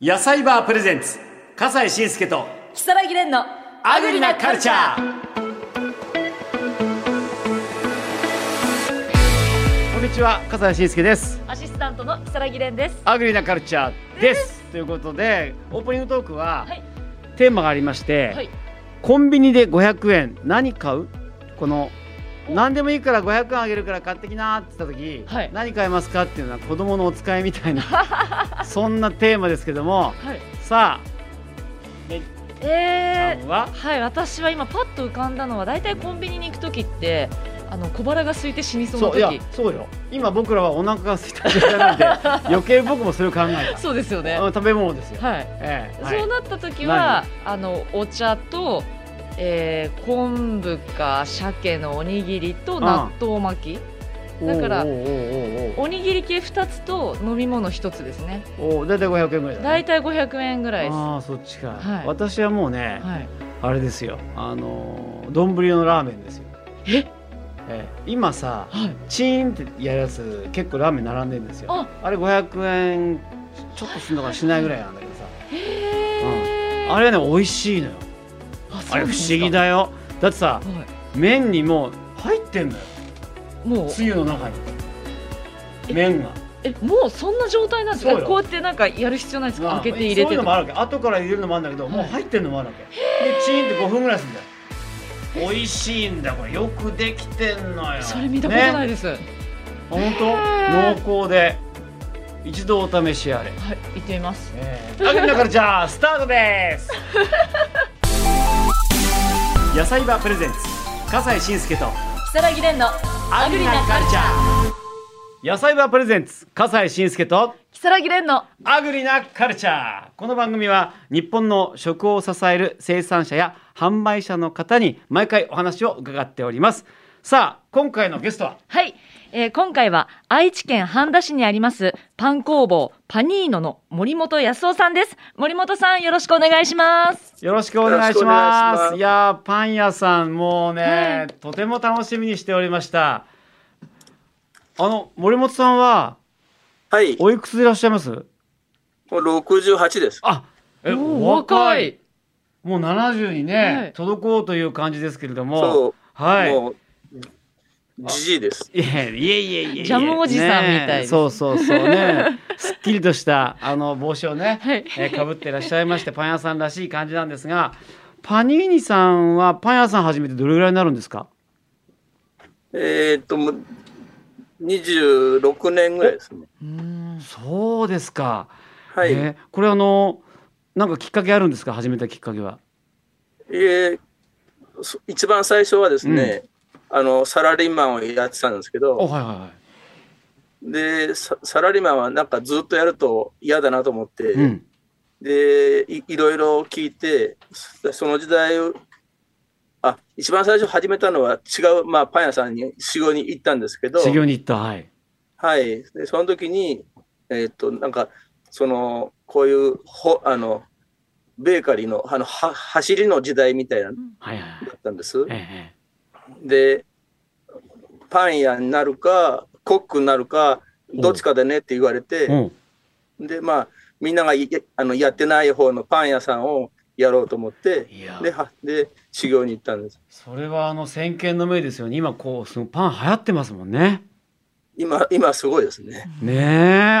野菜バープレゼンツ笠西慎介と木更木蓮のアグリなカルチャーこんにちは笠西慎介ですアシスタントの木更木蓮ですアグリなカルチャーですということでオープニングトークは、はいテーマがありまして、はいコンビニで500円何買うこの何でもいいから500円あげるから買ってきなって言った時、はい何買いますかっていうのは子供のお使いみたいなそんなテーマですけどもはいさあえさんはー、はい私は今パッと浮かんだのは大体コンビニに行く時ってあの小腹が空いて死にそうなそういや時そうよ今僕らはお腹が空いた状態 なんで余計僕もそれを考えそうですよねた、食べ物ですよ、はい、ええはいそうなった時はあのお茶と、えー、昆布か鮭のおにぎりと納豆巻き、だからおうおうおうおにぎり系2つと飲み物1つですねおうおう大体500円ぐらいだ、ね、大体500円ぐらいですああそっちか、はい私はもうね、はい、あれですよあのー丼のラーメンですよえええ今さはい、チーンってやるやつ結構ラーメン並んでるんですよああれ500円ちょっとするのかしないぐらいなんだけどさへーあれね美味しいのよああそうれなん不ですか思議だよだってさは麺にもう入ってんのよい、もうつゆの中にえ麺がえもうそんな状態なんですそうかよこうやってなんかやる必要ないですかまあ開けて入れそういてうのもとかあるわけ後から入れるのもあるんだけどもう入ってんのもあるわけでチーンって5分ぐらいするんだよ美味しいんだこれよくできてんのよそれ見たことなねいです、あ本当濃厚で一度お試しあれはい行ってみますあげなからじゃあスタートです 野菜場プレゼンツ笠西慎介と木更木蓮のアグリなカルチャー野菜場プレゼンツ笠西慎介と木更木蓮のアグリなカルチャーこの番組は日本の食を支える生産者や販売者の方に毎回お話を伺っておりますさあ今回のゲストははい、えー今回は愛知県半田市にありますパン工房パニーノの森本康夫さんです森本さんよろしくお願いしますよろしくお願いします。いよろしくお願いしますやーパン屋さんもうね、はいとても楽しみにしておりました。あの森本さんははい、もおいくつでいらっしゃいます？う68です。あ、おーもう70にね、はい届こうという感じですけれども、そはう、い。もう、じじいです。いやいやいやいやジャムおじさんみたいねですそうそうそうねすっきりとしたあの帽子をね、はいえかぶってらっしゃいましてパン屋さんらしい感じなんですがパニーニさんはパン屋さん始めてどれぐらいになるんですかえーっと、もう、26年ぐらいですね。うーんそうですか。はい。えーこれあのなんかきっかけあるんですか始めたきっかけは。えーそ一番最初はですね、あの、サラリーマンをやってたんですけおど、はいはいはで、ササラリーマンはなんかずっとやると嫌だなと思って、い。うん。でい、いろいろ聞いて、そその時代を、あ、一番最初始めたのは違う、まあ、パン屋さんに修行に行ったんですけど、修行に行ったはい。はい。で、その時に、えーっと、なんか、その、こういう、ほ、あの、ベーカリーの、あの、は、走りの時代みたいなのはいはいはいだ。ったんです。えで、パン屋になるか、コックになるか、どっちかだねって言われえうて、ん。で、まあ、みんながいやあのやってない方のパン屋さんをやろうと思って、いやで、は、で、修行に行ったんです。それはあの先見の明ですよね。今こうそのパン流行ってますもんね。今、今すごいですね。ね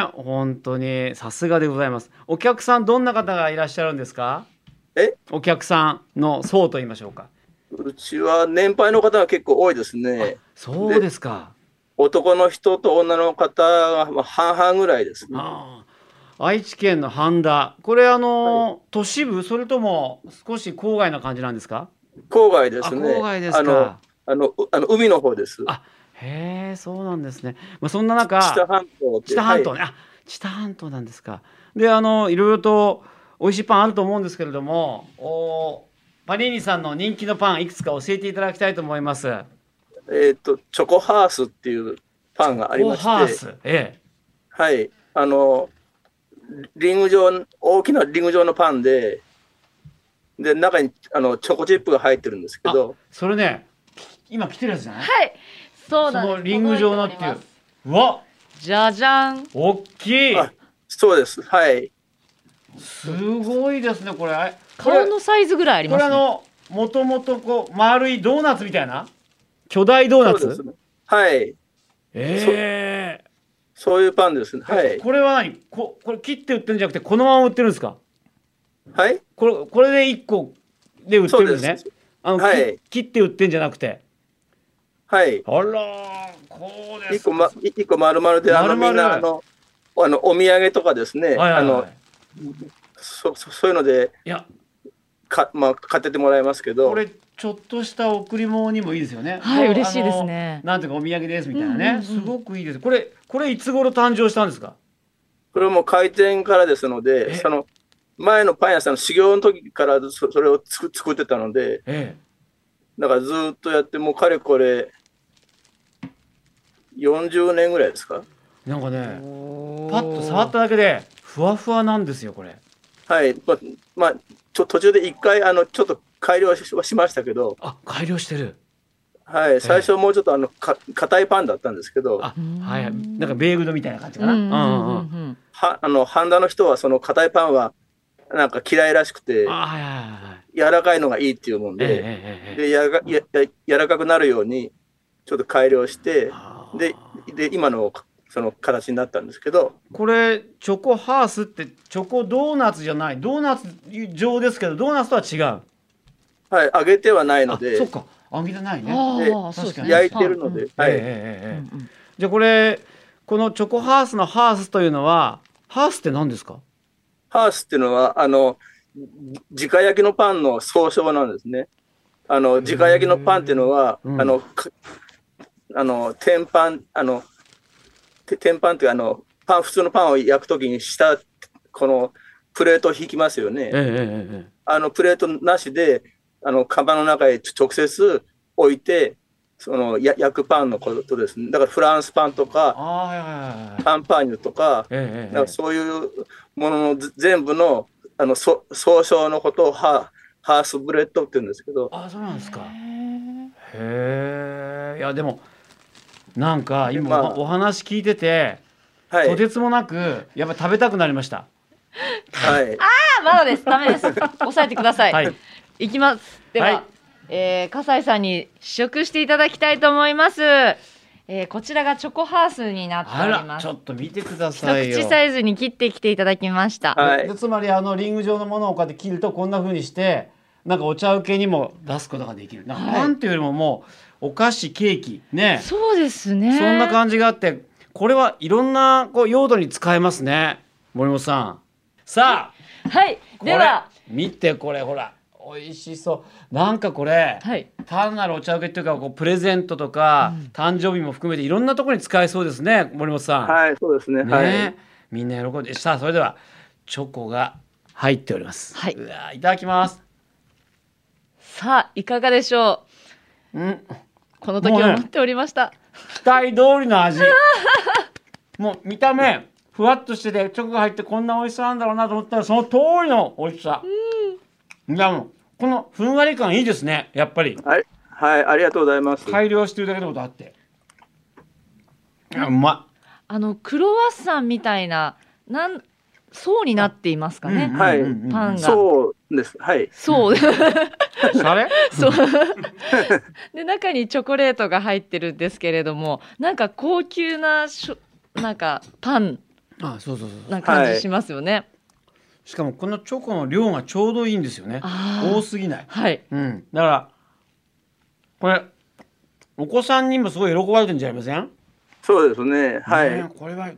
え本当にさすがでございます。お客さんどんな方がいらっしゃるんですか？え？お客さんの層と言いましょうか。うちは年配の方が結構多いですね。そうですか。男の人と女の方がまあ半々ぐらいですね。ああ愛知県の半田これあの、都市部それとも少し郊外な感じなんですか郊外ですあね。郊外ですあのかあのうあの海の方です。あへえそうなんですね、まあ、そんな知多中半島って。知多半島はいね、あ知多半島なんですかであのいろいろと美味しいパンあると思うんですけれどもおパニーニさんの人気のパンいくつか教えていただきたいと思いますえっ、とチョコハースっていうパンがありまおハーして、スえはい。あのリング状大きなリング状のパンで、で中にあのチョコチップが入ってるんですけどえ、それねき今来てるやつじゃないはいそうなんですのリング状のってい届うておりますうわじゃじゃんおっきいあそうです。はい。すごいですねこれあれこれ顔のサイズぐらいありこまれすあね。のもともとこう丸いドーナツみたいな巨大ドーナそうですツ、ね。はい。ええそういうパンですね。はい。これは何ここれ切って売ってるんじゃなくてこのまま売ってるんですかはい。これこれで1個で売ってそうるんで。ですすねあの、はいき切って売ってんじゃなくてはい。あらーこうで一す個ま、一個丸々で、あの、丸々みんな、あの、あの、お土産とかですはね。いあはいはのい、そ、そそういうので、いやか、まあ、買っててもらいますけど。これちょっとした贈り物にもいいですよねはいこう嬉しいですねあのなんていうかお土産ですみたいなね、うんうんうんすごくいいですこれこれいつ頃誕生したんですかこれも開店からですのえで、その、前のパン屋さんの修行の時からそそれをつく作ってたので、えだからずっとやって、もうかれこれ、40年ぐらいですかえなんかねパパッと触っただけでふわふわなんですよこれはい。まあ、まあ、ちょ途中で一回、あの、ちょっと改良はしはしましたけど、あ改良してるはい。最初もうちょっと、あの、か硬いパンだったんですけど、あうんはいはいなんかベーグルみたいな感じかうんなううんんううんうんうんんはあの、ハンダの人はその硬いパンは、なんか嫌いらしくて、あはいはいはいはい柔らかいのがいいっていうもんええで、ええええで、やらかやや柔らかくなるように、ちょっと改良して、あーで、で、今の、その形になったんですけど、これチョコハースってチョコドーナツじゃないドーナツ状ですけどドーナツとは違うはい、揚げてはないのあでそっ、か揚げてないねああ、そうですね。焼いてるので、えはえい。ええうええんうん。じゃあこれこのチョコハースのハースというのはハースって何ですかハースっていうのは、あの、じ直焼きのパンの総称なんですね。あの、直焼きのパンっていうのは、うんあの、かあの、天パン、あの、て天パンっていうかあの、パン、普通のパンを焼くときに下、このプレートを引きますよね。ええええええあのプレートなしで、あの釜の中へ直接置いて、そのや焼くパンのことですね。だからフランスパンとか、ああはいはいはいはいパンパーニュとか、えええなんえかそういうもののず全部のあのそ総称のことをハハースブレッドって言うんですけど、あそうなんですかへへえいやでもなんか今、まあお話聞いてて、はいと。てつもなくやっぱり食べたくなりましたはい、ーまだです。ダ メです。抑えてください。はいい、きます。では、はいえー、笠井さんに試食していただきたいと思います。えー、こちらがチョコハースになってあおりらまちすょ。っと見てくだ一さいよ口サイズに切ってきていただきました。はいでつまりあのリング状のものをこうやって切るとこんな風にしてなんかお茶受けにも出すことができるなんかはいパンっていうよりももうお菓子ケーキねそうですね。そんな感じがあってこれはいろんなこう用途に使えますね森本さんさあはい。これでは、見てこれほら美味しそうなんかこれ、はい。単なるお茶受けっていうかこうプレゼントとか、誕生日も含めていろんなところに使えそうですね森本さん、はい、そうですね。ねはい。みんな喜んでさあそれではチョコが入っております、はいうわーいただきますさあ、いかがでしょうんう。この時をもうね待っておりました。期待通りの味 もう見た目ふわっとしててチョコが入ってこんな美味しさなんだろうなと思ったらその通りの美味しさ、いやもうこのふんわり感いいですねやっぱりはい、はい、ありがとうございます。改良してるだけのことあっていやうまあの、クロワッサンみたいな、なん、層になっていますいかね。うんはいうんうんうんパンがそうです。はい。そう。あれそう。 で、中にチョコレートが入ってるんですけれども、なんか高級なしょ、なんかパンあそうそうそうそうな感じしますよね。しかもこのチョコの量がちょうどいいんですよねあー多すぎないはい。うん、だからこれお子さんにもすごい喜ばれてるんじゃありませんそうですね。はい。ねこれは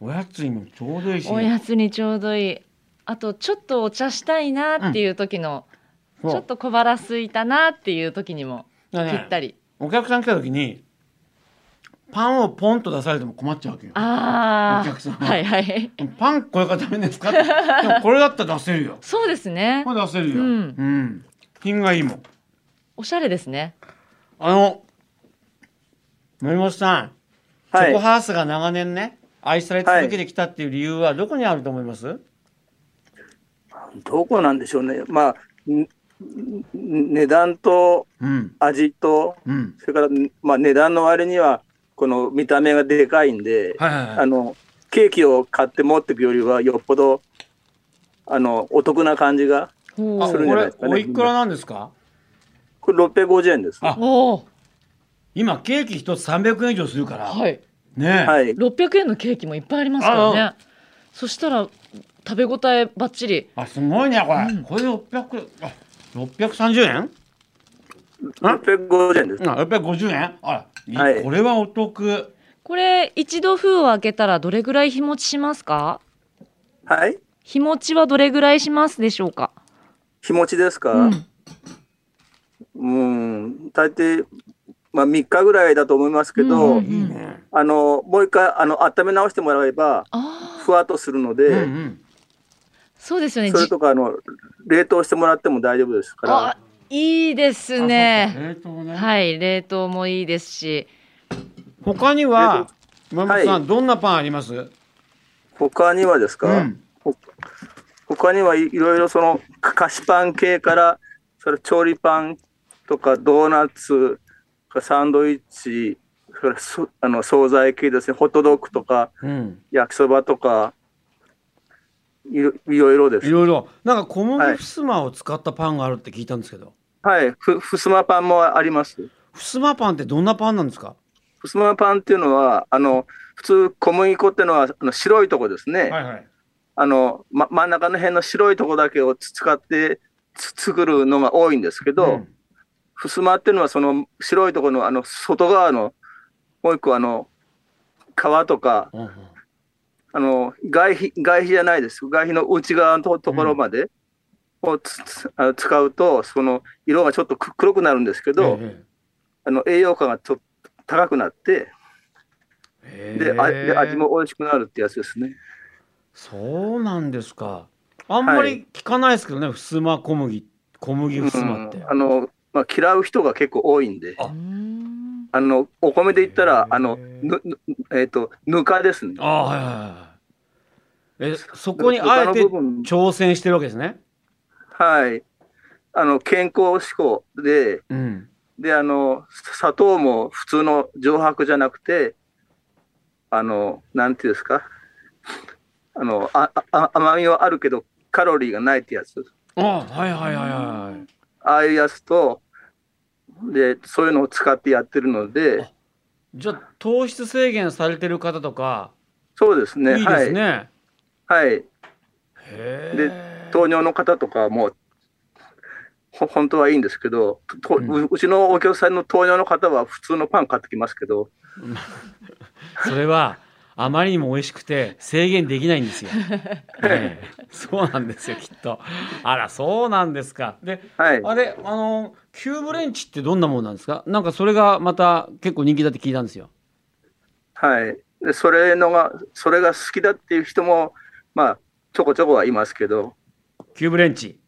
おやつにもちょうどいいしおやつにちょうどいい。あと、ちょっとお茶したいなっていう時の、そうちょっと小腹空いたなっていう時にもだぴねったり。お客さん来た時にパンをポンと出されても困っちゃうわけよあお客さんあ。はいはい。パンこれから食べるんですかってでもこれだったら出せるよそうですねこ。れ出せるよ、うんうん品がいいもんおしゃれですね。あの森本さんチはョいコ。ハースが長年ね愛され続けてきたっていう理由はどこにあると思います、どこなんでしょうね。まあ、んん値段とうん味と、うんそれから、まあ、値段の割には、この見た目がでかいんで、はいはいはいあの、ケーキを買って持っていくよりは、よっぽど、あの、お得な感じが、ほあ、すこるんじゃないですかれねおいくらなんですか？これ650円です。あはおお。今ケーキ一つ300円以上するから。はい。ねえ。い。 600円のケーキもいっぱいありますからあね。そしたら食べ応えばっちり。あ、すごいねこれ。うんこれ600あ、630円？ 650円です。あ、650円？あら、いはいこれはお得。これ一度封を開けたらどれぐらい日持ちしますか？はい。日持ちはどれぐらいしますでしょうか？日持ちですうか、ん。うん、大抵、まあ、3日ぐらいだと思いますけど、うんうんいいね。あの、もう一回、あの、温め直してもらえば、ああ、ふわっとするのうんうで、ん。そうですよね。それじとか、あの、冷凍してもらっても大丈夫ですから。あ、いいですあそうね。か冷凍ね。はい、冷凍もいいですし、他には森本さん、はいどんなパンあります？他にはですか、うん。他にはいいろいろそのか菓子パン系からそれ調理パンとかドーナツサンドイッチそれそあの惣菜系ですねホットドッグとかうん。焼きそばとかいろいろいろでいすろいろなんか小はい麦ふすまを使ったパンがあるって聞いたんですけど、はいふふすまパンもありますふすまパンってどんなパンなんですか？ふすまパンっていうのはあの普通小麦粉っていうのはあの白いとこですね、いはい。あの、ま、真ん中の辺の白いとこだけをつ使ってつ作るのが多いんですけど、んふすまっていうのはその白いところのあの外側のもう一個あの皮とかうんうんあの外皮外皮じゃないです外皮の内側のとところまでをつ、つあの使うとその色がちょっとく黒くなるんですけど、えあの栄養価がちょっと高くなってえで,、あで味。へえも美味しくなるってやつですねそうなんですか。あんまはりい聞かないですけどね、ふすま小麦、小麦ふすまって。うんあの、まあ、嫌う人が結構多いんであうーんあのお米で言ったへらーあのぬぬえっ、とぬかですねああ、はいはいはい。え、そこにあえて他の部分挑戦してるわけですね。はいあの健康志向でうん。であの砂糖も普通の上白じゃなくてあのなんていうんですかあのああ甘みはあるけどカロリーがないってやつああ、はいはいはいはい。ああいうやつとでそういうのを使ってやってるのであじゃあ糖質制限されてる方とか、そうですねいいですね。へはい、はい、え。糖尿の方とかもほ本当はいいんですけどとうんううちのお客さんの糖尿の方は普通のパン買ってきますけどそれはあまりにも美味しくて制限できないん ですよ。ええそうなんですよきっと。あらそうなんですか。ではいあれあのキューブレンチってどんなものなんですか。なんかそれがまた結構人気だって聞いたんですよ。はい。で、それのが、それが好きだっていう人も、まあ、ちょこちょこはいますけど、キューブレンチ。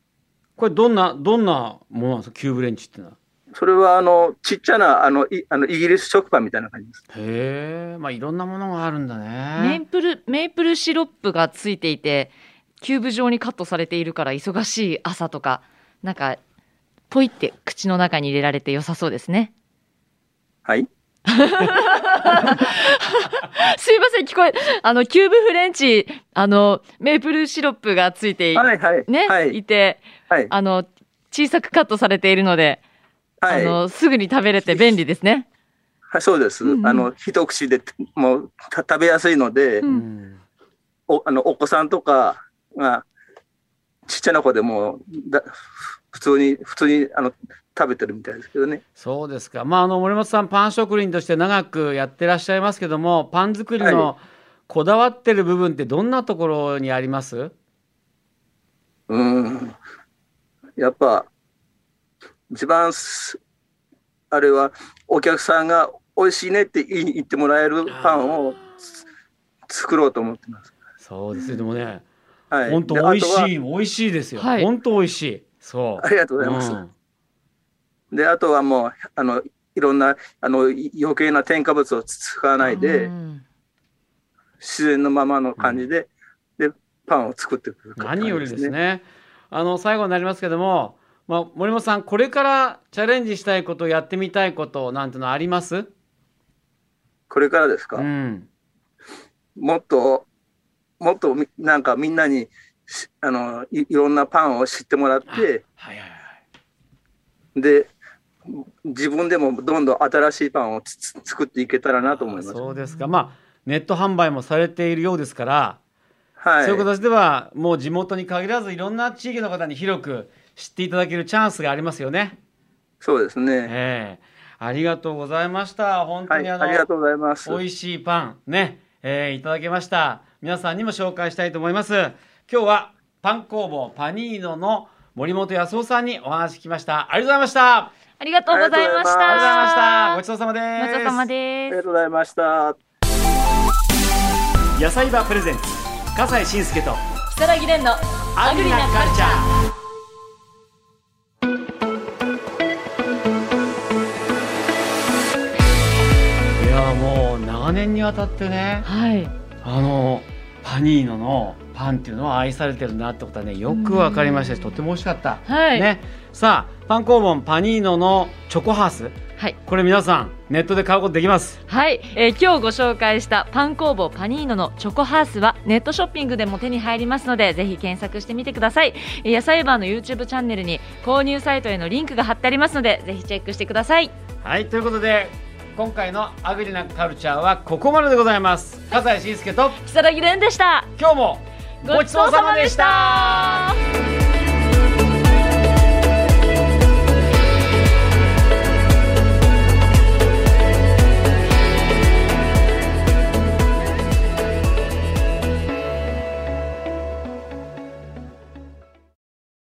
これどんなどんなものなんですか。キューブレンチってのは。それは、あの、ちっちゃな、あの、いあのイギリス食パンみたいな感じです。へえ。まあいろんなものがあるんだメねー。プルメープルシロップがついていてキューブ状にカットされているから忙しい朝とかなんかポイって口の中に入れられて良さそうですねはい。 すいません聞こえあのキューブフレンチあのメープルシロップがついてい,、はい、はい。ね、はいい。てはい。あの小さくカットされているので、はい。あはのすぐに食べれて便利ですねいそうです。うんうんあの、一口で、もう、た食べやすいので、うんうんお、あの、お子さんとかが、ちっちゃな子でもだ、普通に、普通に、あの、食べてるみたいですけどね。そうですか。まああの森本さんパン職人として長くやってらっしゃいますけども、パン作りはのこだわってる部分ってどんなところにあります？うん。やっぱ、一番す、あれは、お客さんが美味しいねって言い言ってもらえるパンをつ作ろうと思ってます。そうですね。でもね、はい。本当で美味し、あとはい美味しいですよ。はい本当美味しい。そう。ありがとうございます。で、あとはもう、あの、いろんな、あの、い余計な添加物を使わないでう、ん自然のままの感じで、で、パンを作ってくうるん感じ何よりですね。ね。あの最後になりますけども、まあ森本さんこれからチャレンジしたいこと、やってみたいことなんてのあります？これからですか、うん。もっと、もっとみなんかみんなにしあのいいろんなパンを知ってもらってはいはいはい。で自分でもどんどん新しいパンをつつ作っていけたらなと思います。そうですか。まあネット販売もされているようですから、はい、そういう形ではもう地元に限らずいろんな地域の方に広く知っていただけるチャンスがありますよね。そうですね。ええありがとうございました。本当はい、にああの、りがとうございます。美味しいパンね、えーいただけました皆さんにも紹介したいと思います今日はパン工房パニーノの森本康夫さんにお話聞きましたありがとうございましたあありがとうございました。りがとうございましたごごちそうさまですちそうさまあでりすが。とうございました。野菜場プレゼンツ笠西慎介と木更木蓮のアグリなカルチャーいやもう長年にわたってねはい。あのパニーノのパンっていうのは愛されてるなってことはねよくわかりましたしとても美味しかった、はい。ね、さあパン工房パニーノのチョコハウスはい。これ皆さんネットで買うことできますはい、えー今日ご紹介したパン工房パニーノのチョコハウスはネットショッピングでも手に入りますのでぜひ検索してみてくださいえー野菜バーの YouTube チャンネルに購入サイトへのリンクが貼ってありますのでぜひチェックしてくださいはいということで今回の「アグリなカルチャー」はここまででございます笠西慎介と木更木蓮でした今日もごちそうさまでした